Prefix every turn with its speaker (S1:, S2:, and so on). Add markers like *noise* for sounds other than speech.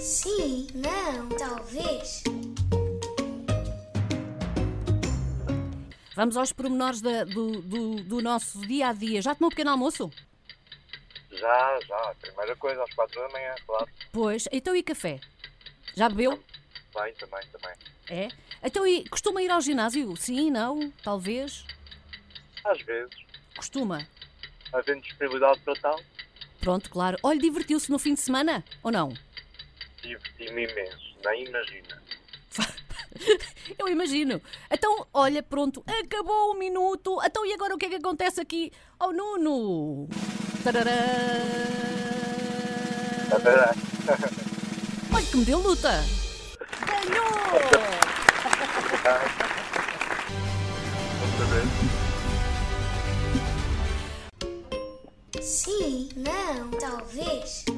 S1: Sim, não, talvez.
S2: Vamos aos pormenores da- do, do- do nosso dia a dia. Já tomou um pequeno almoço?
S3: Já, já. Primeira coisa, às quatro da manhã, claro.
S2: Pois. Então e café? Já bebeu?
S3: Bem, também, também.
S2: É? Então e costuma ir ao ginásio? Sim, não? Talvez?
S3: Às vezes,
S2: Costuma?
S3: havendo disponibilidade para tal,
S2: Pronto, claro. Olha, divertiu-se no fim de semana ou não? *laughs*
S3: diverti-me imenso. Nem imagina.
S2: Eu imagino. Então, olha, pronto, acabou o minuto. Então, e agora o que é que acontece aqui ao Nuno? Tarará.
S3: Espera,
S2: Olha que me deu luta! Ganhou!
S3: outra vez.
S1: Sim, não, talvez.